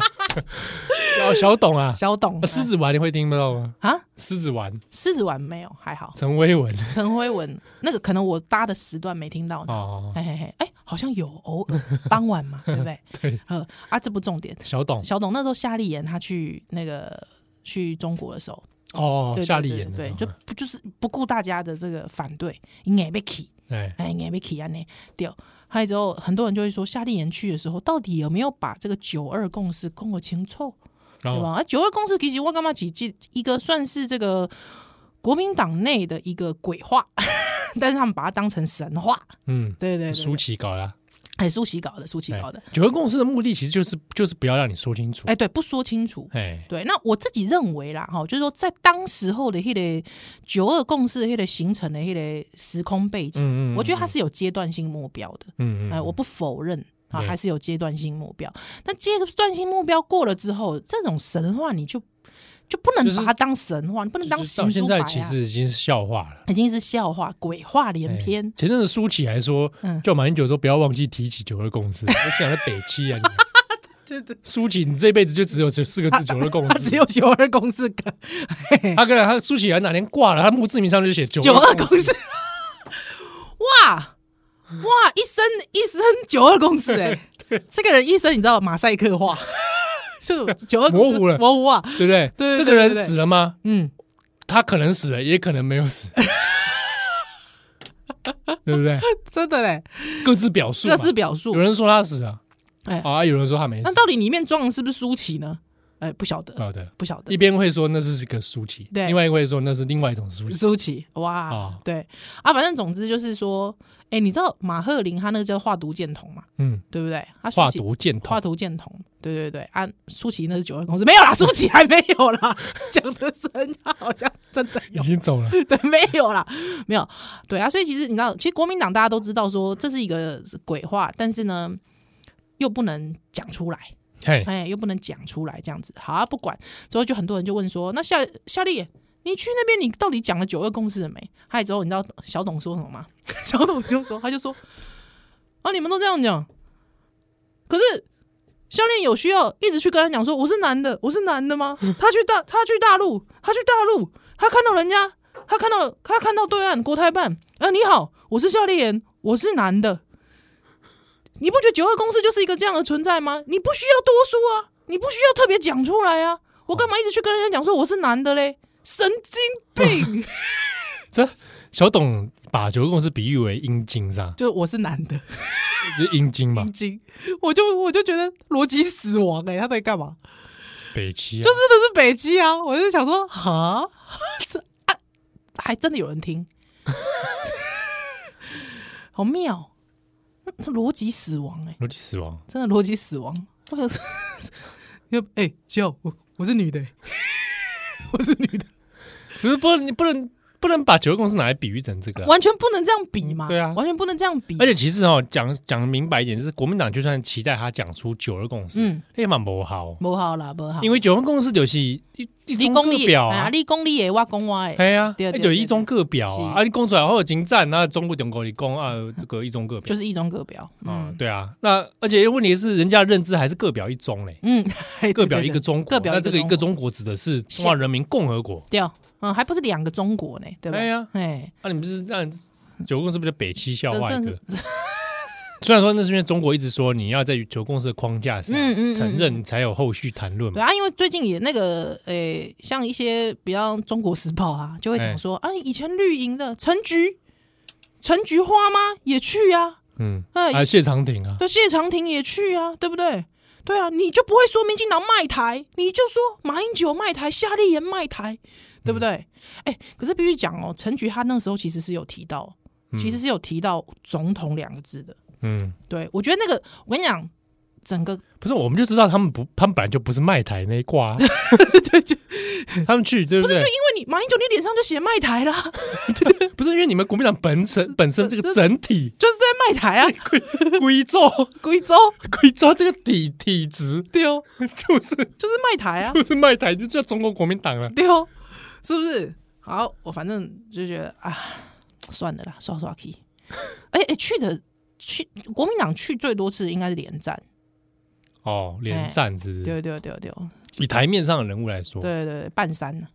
小小董啊，小董啊狮子丸你会听不到吗？啊，狮子丸，狮子丸没有，还好，陈 威文陈辉文那个可能我搭的时段没听到呢，哦，嘿嘿嘿，哎，好像有偶尔傍晚嘛，对不对？ 对，呃啊，这不重点。小董小董那时候夏丽妍她去那个去中国的时候，哦，对对夏丽对演的，对，就不就是不顾大家的这个反对，硬被起，哎，哎，硬被起啊呢，对。还有之后，很多人就会说夏丽妍去的时候，到底有没有把这个九二共识共个清哦楚？然对吧？后啊，九二共识其实我干嘛起这一个算是这个国民党内的一个鬼话， 但是他们把它当成神话。嗯，对对对对舒淇搞的啊，哎，舒淇搞的，舒淇哎搞的。九个共识的目的其实就是就是不要让你说清楚哎、，对，不说清楚。哎，对，那我自己认为啦，哈，就是说，在当时候的迄个九二共识迄个形成的迄个时空背景，嗯嗯嗯我觉得它是有阶段性目标的。嗯嗯，哎，我不否认啊，对还是有阶段性目标。但阶段性目标过了之后，这种神话你就就不就能是把它当神话，你不能当就是行到书现白在啊。其实已经是笑话了。已经是笑话、鬼话连哎篇。前阵子舒淇还说，嗯叫马英九说不要忘记提起九二共识，我想在北 七啊，真的，你舒淇你这辈子就只有这四个字九二共 他识只。有九二共识跟 他跟他舒淇还哪天挂了，他墓志铭上就写九九二二共共识，识， 哇哇，一身一身九二共识 哎、这个人一身你知道马赛克化， 是九二模糊了模糊啊，对不对？对对对这个人对对死了吗？嗯，他可能死了，也可能没有死，对不对？真的嘞，各自表述嘛，各自表述有。人说他死啊，哎啊，有人说他没死那，到底里面装的是不是舒淇呢？哎，不晓不得，晓得。不晓得啊一。边会说那是一个舒淇，对另外一个会说那是另外一种舒淇。舒淇，哇，哦对啊，反正总之就是说，哎，你知道马赫林他那个叫画毒箭筒嘛，嗯，对不对？啊，舒画淇毒箭筒画，图箭筒，对对对，啊，舒淇那是九二公司没有啦，舒淇还没有 啦，讲的是人家好像真的已有，经走了。对，没有啦，没有，对啊，所以其实你知道，其实国民党大家都知道说这是一个鬼话，但是呢，又不能讲出来，嘿， 哎，又不能讲出来这样子，好、啊，不管，之后就很多人就问说，那夏夏丽。你去那边，你到底讲了九二共识了没？还有之后，你知道小董说什么吗？ 小董就说，他就说，啊，你们都这样讲，可是教练有需要一直去跟他讲说我是男的，我是男的吗？他去大他去大陆，他去大陆，他看到人家，他看到他看到对岸国台办，啊，你好，我是教练员，我是男的。你不觉得九二公司就是一个这样的存在吗？你不需要多说啊，你不需要特别讲出来啊，我干嘛一直去跟人家讲说我是男的嘞？神经病！这小董把九个公司比喻为阴茎是 吧？就我是男的，就是阴茎嘛，经，我就我就觉得逻辑死亡哎、他在干嘛？北齐啊，就真的是北极啊！我就想说，哈，这啊，还真的有人听， 好妙，那那逻辑死亡哎、逻辑死亡。真的逻辑死亡。我想说要哎，叫、我我是女的欸、我是女的，不是，不能，你不能，不能把九个公司拿来比喻成这个啊、完全不能这样比嘛！对啊完全不能这样比。而且其实哦，讲讲明白一点，就是国民党就算期待他讲出九二共识，嗯嗯，也蛮不好，不好啦，不好，因为为九二共识就是一一立中功各立表哎呀啊，立功立也挖公挖哎，哎呀，对对对就一中各表是啊，啊，你讲出来后有进战，那中国中国你讲啊，这个一中各表就。是一中各表。啊嗯，对啊，那而且问题是，人家认知还是各表一中嘞，嗯， 对各表对一个对中国，各表那这个一个中国中国指的是中华人民共和国。对啊，嗯，还不是两个中国呢，对吧？哎呀哎，那、你不是让九个公司不就北七校这外真一的个是？虽然说那是因为中国一直说你要在九公司的框架下嗯嗯嗯承认，才有后续谈论对嘛。啊，因为最近也那个，诶、像一些比较《中国时报》啊，就会讲哎说，啊，以前绿营的陈菊，陈菊花吗？也去啊，嗯，哎啊，谢长廷啊，对，谢长廷也去啊，对不对？对啊，你就不会说民进党卖台，你就说马英九卖台，夏立言卖台，对嗯不对？哎、可是必须讲哦，陈菊他那时候其实是有提到，其实是有提到“总统”两个字的。嗯，对，我觉得那个，我跟你讲，整个不是，我们就知道他们不，他们本来就不是卖台那一挂 啊、对就 他们去对不不是，对就因？为你马英九，你脸上就写卖台啦， 不是因为你们国民党本身本身这个整体就是在卖台 啊，贵州贵州贵州这个体体制，对哦，就是就是卖台啊就，是卖台，就叫中国国民党了。对哦，是不是？好，我反正就觉得啊，算了啦，刷刷 key。哎 哎，去的去国民党去最多次应该是连战，哦，哎连战是不哦是？对对对对以台面上的人物来说，对对对，半山呐，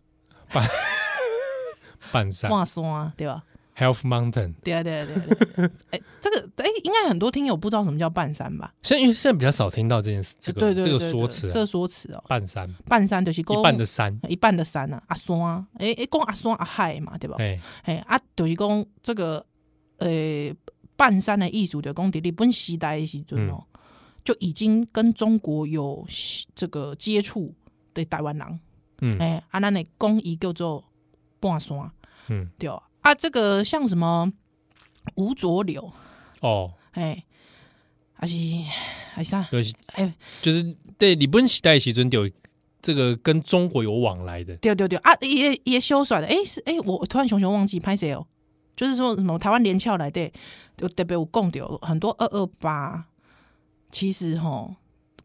半山华山啊，对吧？ Health Mountain，对啊对啊对啊对啊。 哎，这个哎，应该很多听友不知道什么叫半山吧？现在因为现在比较少听到这件事，这对个对这个对对说辞啊这，个说辞哦，半山半山就是一一半的山，一半的山啊，阿山啊，诶诶，讲阿山阿海嘛，对吧？哎，嘿，啊，就是讲这个呃，半山的艺术，就讲在日本时代的时阵哦，就已经跟中国有这个接触的台湾人，嗯哎、啊，咱的讲伊叫做半山，嗯，对哦啊，这个像什么吴浊流，哦，哎，还是还是啥，就是哎，就是对日本时代的时阵有这个跟中国有往来的，对对对啊，也也修缮的，哎、是哎、我我突然熊熊忘记拍谁哦，就是说什么台湾联翘来的，就特别有供掉很多二二八，其实吼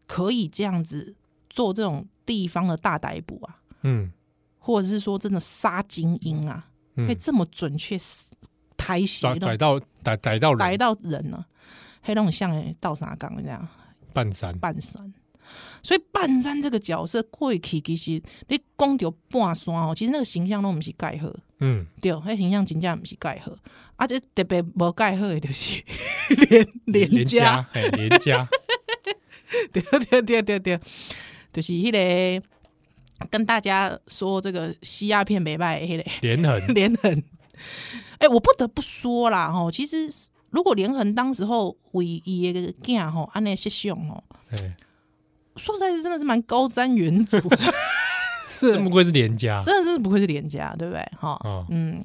可以这样子做这种地方的大逮捕啊，嗯，或者是说真的杀精英啊，嗯可以这么准确死抬血逮那逮种到逮逮到逮人到人呢、黑龙像诶，倒啥港这样。半山，半山。所以半山这个角色过去其实你讲到半山哦，其实那个形象都不是盖好，嗯，对，迄形象真正毋是盖好，啊，这特别无盖好的就是 廉廉价，，哎，廉价， 对对对对对，就是迄、个跟大家说这个西亚片袂歹迄个 连横，连横。哎、我不得不说啦吼，其实如果连横当时候为伊的囝吼，安尼失相吼，哎，说实在是真的是蛮高瞻远瞩的， 是真不愧是廉价，真的是不愧是廉价，对不对？哈、哦嗯，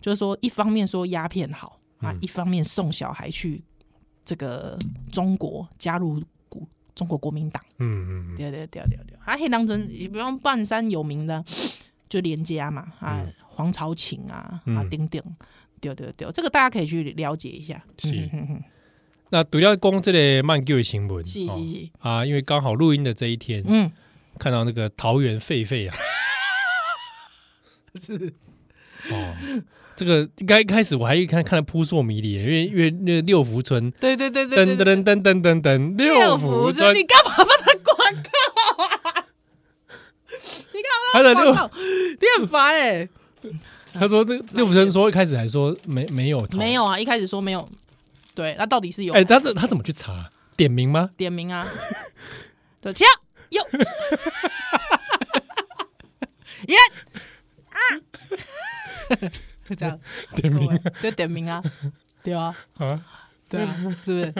就是说一方面说鸦片好啊，一方面送小孩去这个中国加入国中国国民党，嗯嗯嗯，对对对对对，啊，黑当中你不用半山有名的就廉价嘛，啊，黄朝琴啊，啊，嗯丁丁，对对对，这个大家可以去了解一下，是嗯哼哼哼那除了讲这个曼谷的新闻，是哦是是啊，因为刚好录音的这一天，嗯，看到那个桃园 狒狒啊，是哦，这个应该一开始我还一看看得扑朔迷离，因为因为那个六福村，对对对对噔对对，噔噔噔噔噔，六福村，村你，干嘛帮他广告啊？你他的干嘛帮六他广告？你很烦哎、他说这个六福村说一开始还说没没有桃没，有啊，一开始说没有，对，那到底是有、哎，他这他怎么去查点名吗？点名啊？对，起有，耶啊，这样点名对就点名啊，对啊，啊，对啊，是不是？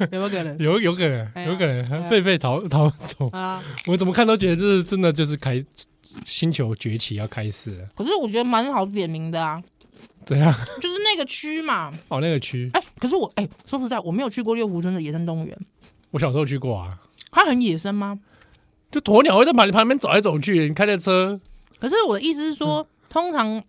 有没有可能有有可能哎呀有可能哎呀狒狒逃逃走，啊？我怎么看都觉得这是真的就是开星球崛起要开始了，可是我觉得蛮好点名的啊，怎样？就是那个区嘛。哦，那个区哎、可是我哎、说实在，我没有去过六福村的野生动物园，我小时候去过啊。它很野生吗？就鸵鸟会在旁旁边走来走去，你开着车，可是我的意思是说，通常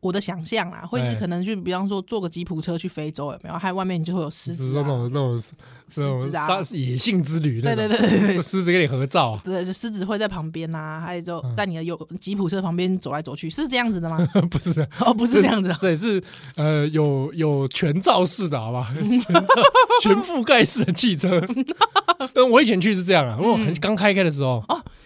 我的想象啊，会是可能去，比方说坐个吉普车去非洲，有没有？还有外面就会有狮只是子、说那啊，种那种狮那种子啊杀，野性之旅那对种，对对对对狮子跟你合照啊，对，就狮子会在旁边呐、啊，还有就嗯在你的有吉普车旁边走来走去，是这样子 的吗？不是啊，哦，不是这样子啊，这也是呃有有全罩式的好 吧，全罩全覆盖式的汽车。 嗯，我以前去是这样啊，因为我很嗯刚开开的时候，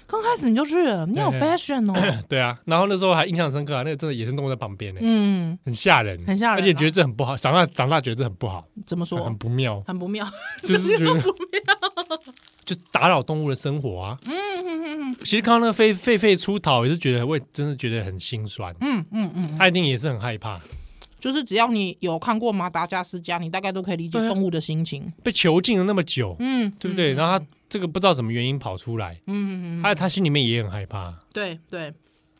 刚开始你就去了，你好对对 fashion 哦，对啊，然后那时候还印象深刻啊，那个真的野生动物在旁边呢，欸嗯，很吓人，很吓人啊而且觉得这很不好，长大长大觉得这很不好，怎么很说？不妙，很不妙， 就是觉得 就打扰动物的生活啊。嗯嗯嗯。其实看到那个狒狒狒出逃，也是觉得会真的觉得很心酸。嗯嗯嗯，他一定也是很害怕，就是只要你有看过《马达加斯加》，你大概都可以理解对啊动物的心情，被囚禁了那么久，嗯，对不对？然后他这个不知道什么原因跑出来，嗯，他他心里面也很害怕。对对，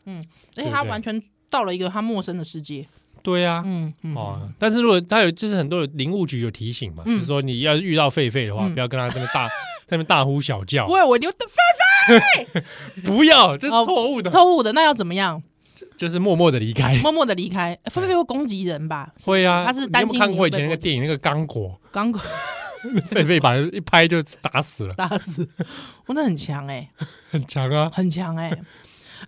嗯，而对且不他对完全到了一个他陌生的世界，对啊，嗯嗯，哦，但是如果他有就是很多林务局有提醒嘛，就是说你要遇到狒狒的话，不要跟他这么 大在那边大呼小叫嗯不，会，我留的不要，这是哦错误的，错误的，那要怎么样？ 就是默默的离开。默默的离开，欸狒狒会攻击人吧？ 会啊，他是你担有没有心看你过会以前被那个攻电影那个刚果？刚果，狒狒把人一拍就打死了 打死，我那很强哎、很强啊！很强哎、欸，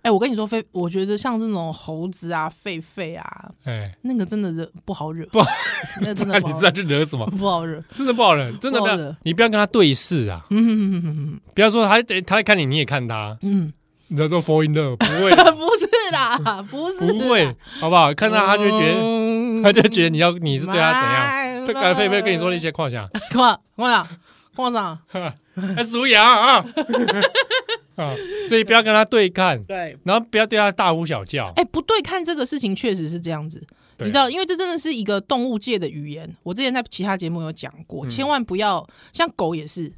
哎、我跟你说，狒，我觉得像这种猴子啊、狒狒啊，哎，那个真的惹不好惹，不好， 那真那的不你好知道惹，去惹什 么？不好惹。真的不好惹，真的不不好要惹，你不要跟他对视啊！嗯嗯嗯嗯不要说他得他在看你，你也看他，啊嗯，你知道说 fall in love 不会嗯不是 啦，不是啦，不会，好不好？看到他就觉得啊嗯他就觉得你要你是对他怎样？ My 对，刚才狒狒跟你说那些话想， 干嘛？我讲，我讲，哎，属羊啊 啊！所以不要跟他对看，对。然后不要对他大呼小叫。哎、不对，看这个事情确实是这样子。对你啊知道，因为这真的是一个动物界的语言。我之前在其他节目有讲过，千万不要像狗也是，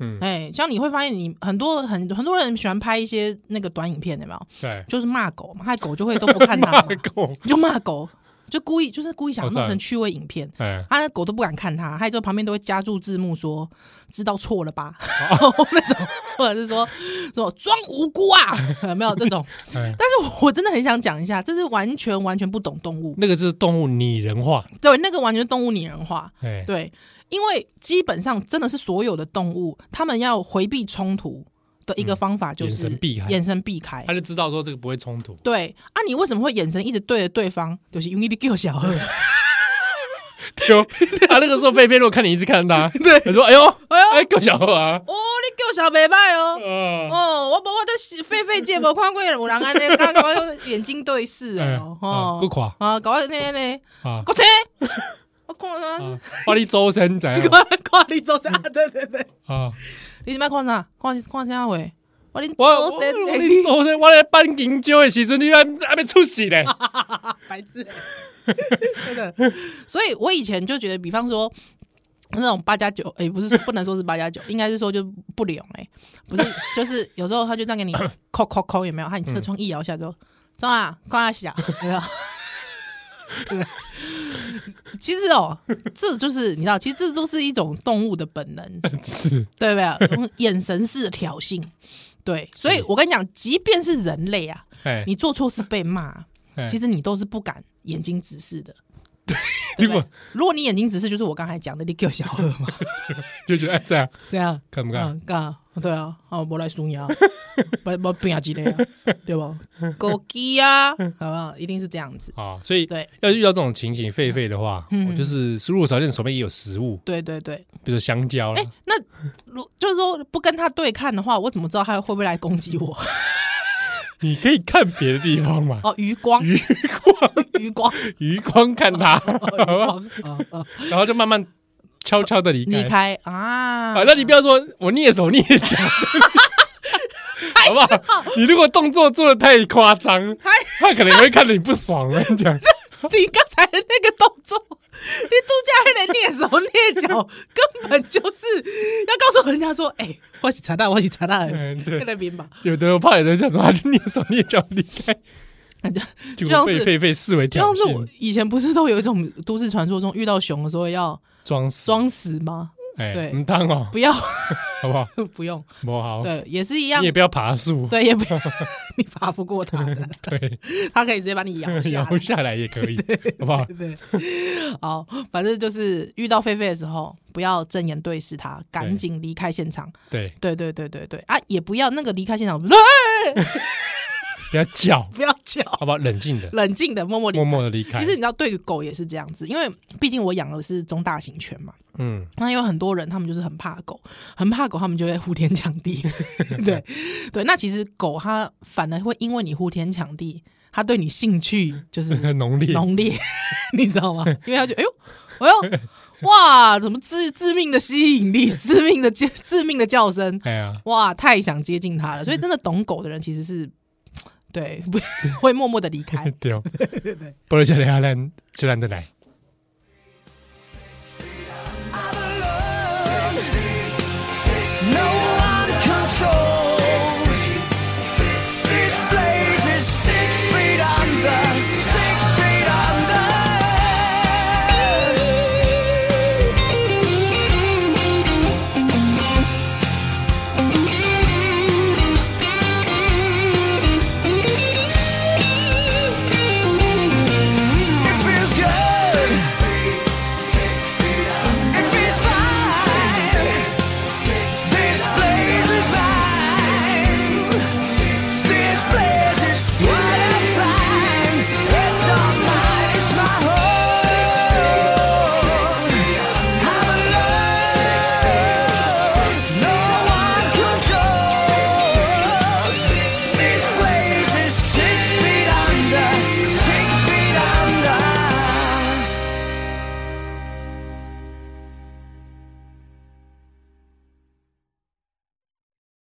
嗯哎、像你会发现你，很多很很多人喜欢拍一些那个短影片，有没有？对，，就是骂狗嘛，害狗就会都不看它嘛 狗，就骂狗，就故意就是故意想我知道弄成趣味影片。哎，啊，那狗都不敢看它，还有之后旁边都会加注字幕说“知道错了吧”，然哦后那种， 或者是说说装无辜啊，有没有这种？ 哎但是我真的很想讲一下，这是完全完全不懂动物，那个是动物拟人化，对，那个完全是动物拟人化，哎，对，因为基本上真的是所有的动物，他们要回避冲突的一个方法就是嗯眼神避开眼神避开他。就知道说这个不会冲突。 对啊，你为什么会眼神一直对着对方？就是因为你叫小二， 就他那个时候，菲菲如果看你一直看他，对，他说：“哎呦，哎呦哎，够小号啊，哦，叫小北拜哦。呃，哦，我我我的狒狒界无看过有人安尼，搞搞眼睛对视哦，嗯哦嗯，不垮啊，搞我那那啊国 车，我看啥？啊，花你周身 怎样看看你做啥？对对对，啊？你是麦看啥？看看啥话？我你我我我 你周身，我咧办研究的时阵，你还还没出事 嘞？啊白痴，真的。所以我以前就觉得，比方说。那种八加九，哎，不是说不能说是八加九，应该是说就不良哎、不是， 就是有时候他就这样给你扣扣扣，有没有？他你车窗一摇下之后，中啊，夸一下，有没 有？其实哦，这就是你知道，其实这都是一种动物的本能，是对不对？用眼神式的挑衅，对。所以我跟你讲，即便是人类啊，哎，你做错事被骂啊， 哎其实你都是不敢眼睛直视 的。你对不不对如果你眼睛直视，就是我刚才讲的，你给我小二 嘛，就觉得哎这样对啊，看不看？嗯，干，对啊，啊，我来输你啊，不不变啊之类啊， 对吧？狗鸡啊，好不好？一定是这样子，啊，所以对嗯要遇到这种情形，狒狒的话，我就是如果条件手边也有食物，对对对。比如说香蕉啦哎，那如就是说不跟他对看的话，我怎么知道他会不会来攻击我？你可以看别的地方嘛， 哦，余光，余光余光，余光看它，好哦不好？ 然后就慢慢悄悄的离离开。开啊啊，！那你不要说我蹑手蹑脚，好不好？你如果动作做的太夸张，他可能会看得你不爽。我跟你讲，你刚才的那个动作，你度假还能蹑手蹑脚，根本就是要告诉人家说：“哎、我是查到，我是查到。” 嗯对 那边吧，有的人怕有人想说他就蹑手蹑脚离开，感觉结就果像是被狒狒视为就挑像是我衅，以前不是都有一种都市传说中遇到熊的时候要装死装死吗？哎，对唔当哦，不要， 好不好？不用，不好，对，也是一样哦你也，不要爬树，对，也不要， 你爬不过它的，对，它可以直接把你 咬下来摇。下来也可以，好不好？对，好，反正就是遇到狒狒的时候，不要正眼对视它，赶紧离开现场。对，对对对对对啊，也不要那个离开现场，哎不要叫，好不要叫，不好？冷静的，冷静的默默离默开。默的离开。其实你知道，对于狗也是这样子，因为毕竟我养的是中大型犬嘛，嗯，那有很多人他们就是很怕狗，很怕狗，他们就会呼天抢 地。对对，那其实狗它反而会因为你呼天抢地，它对你兴趣就是很 浓烈，浓烈，你知道 吗？因为他就哎呦，哎呦，哇，怎么致致命的吸引力，致命的叫致命的叫声，哎呀，哇，太想接近他了。所以真的懂狗的人其实是，对， 不会默默的离开。对哦，不如就让咱就咱的来。 I'm alone. No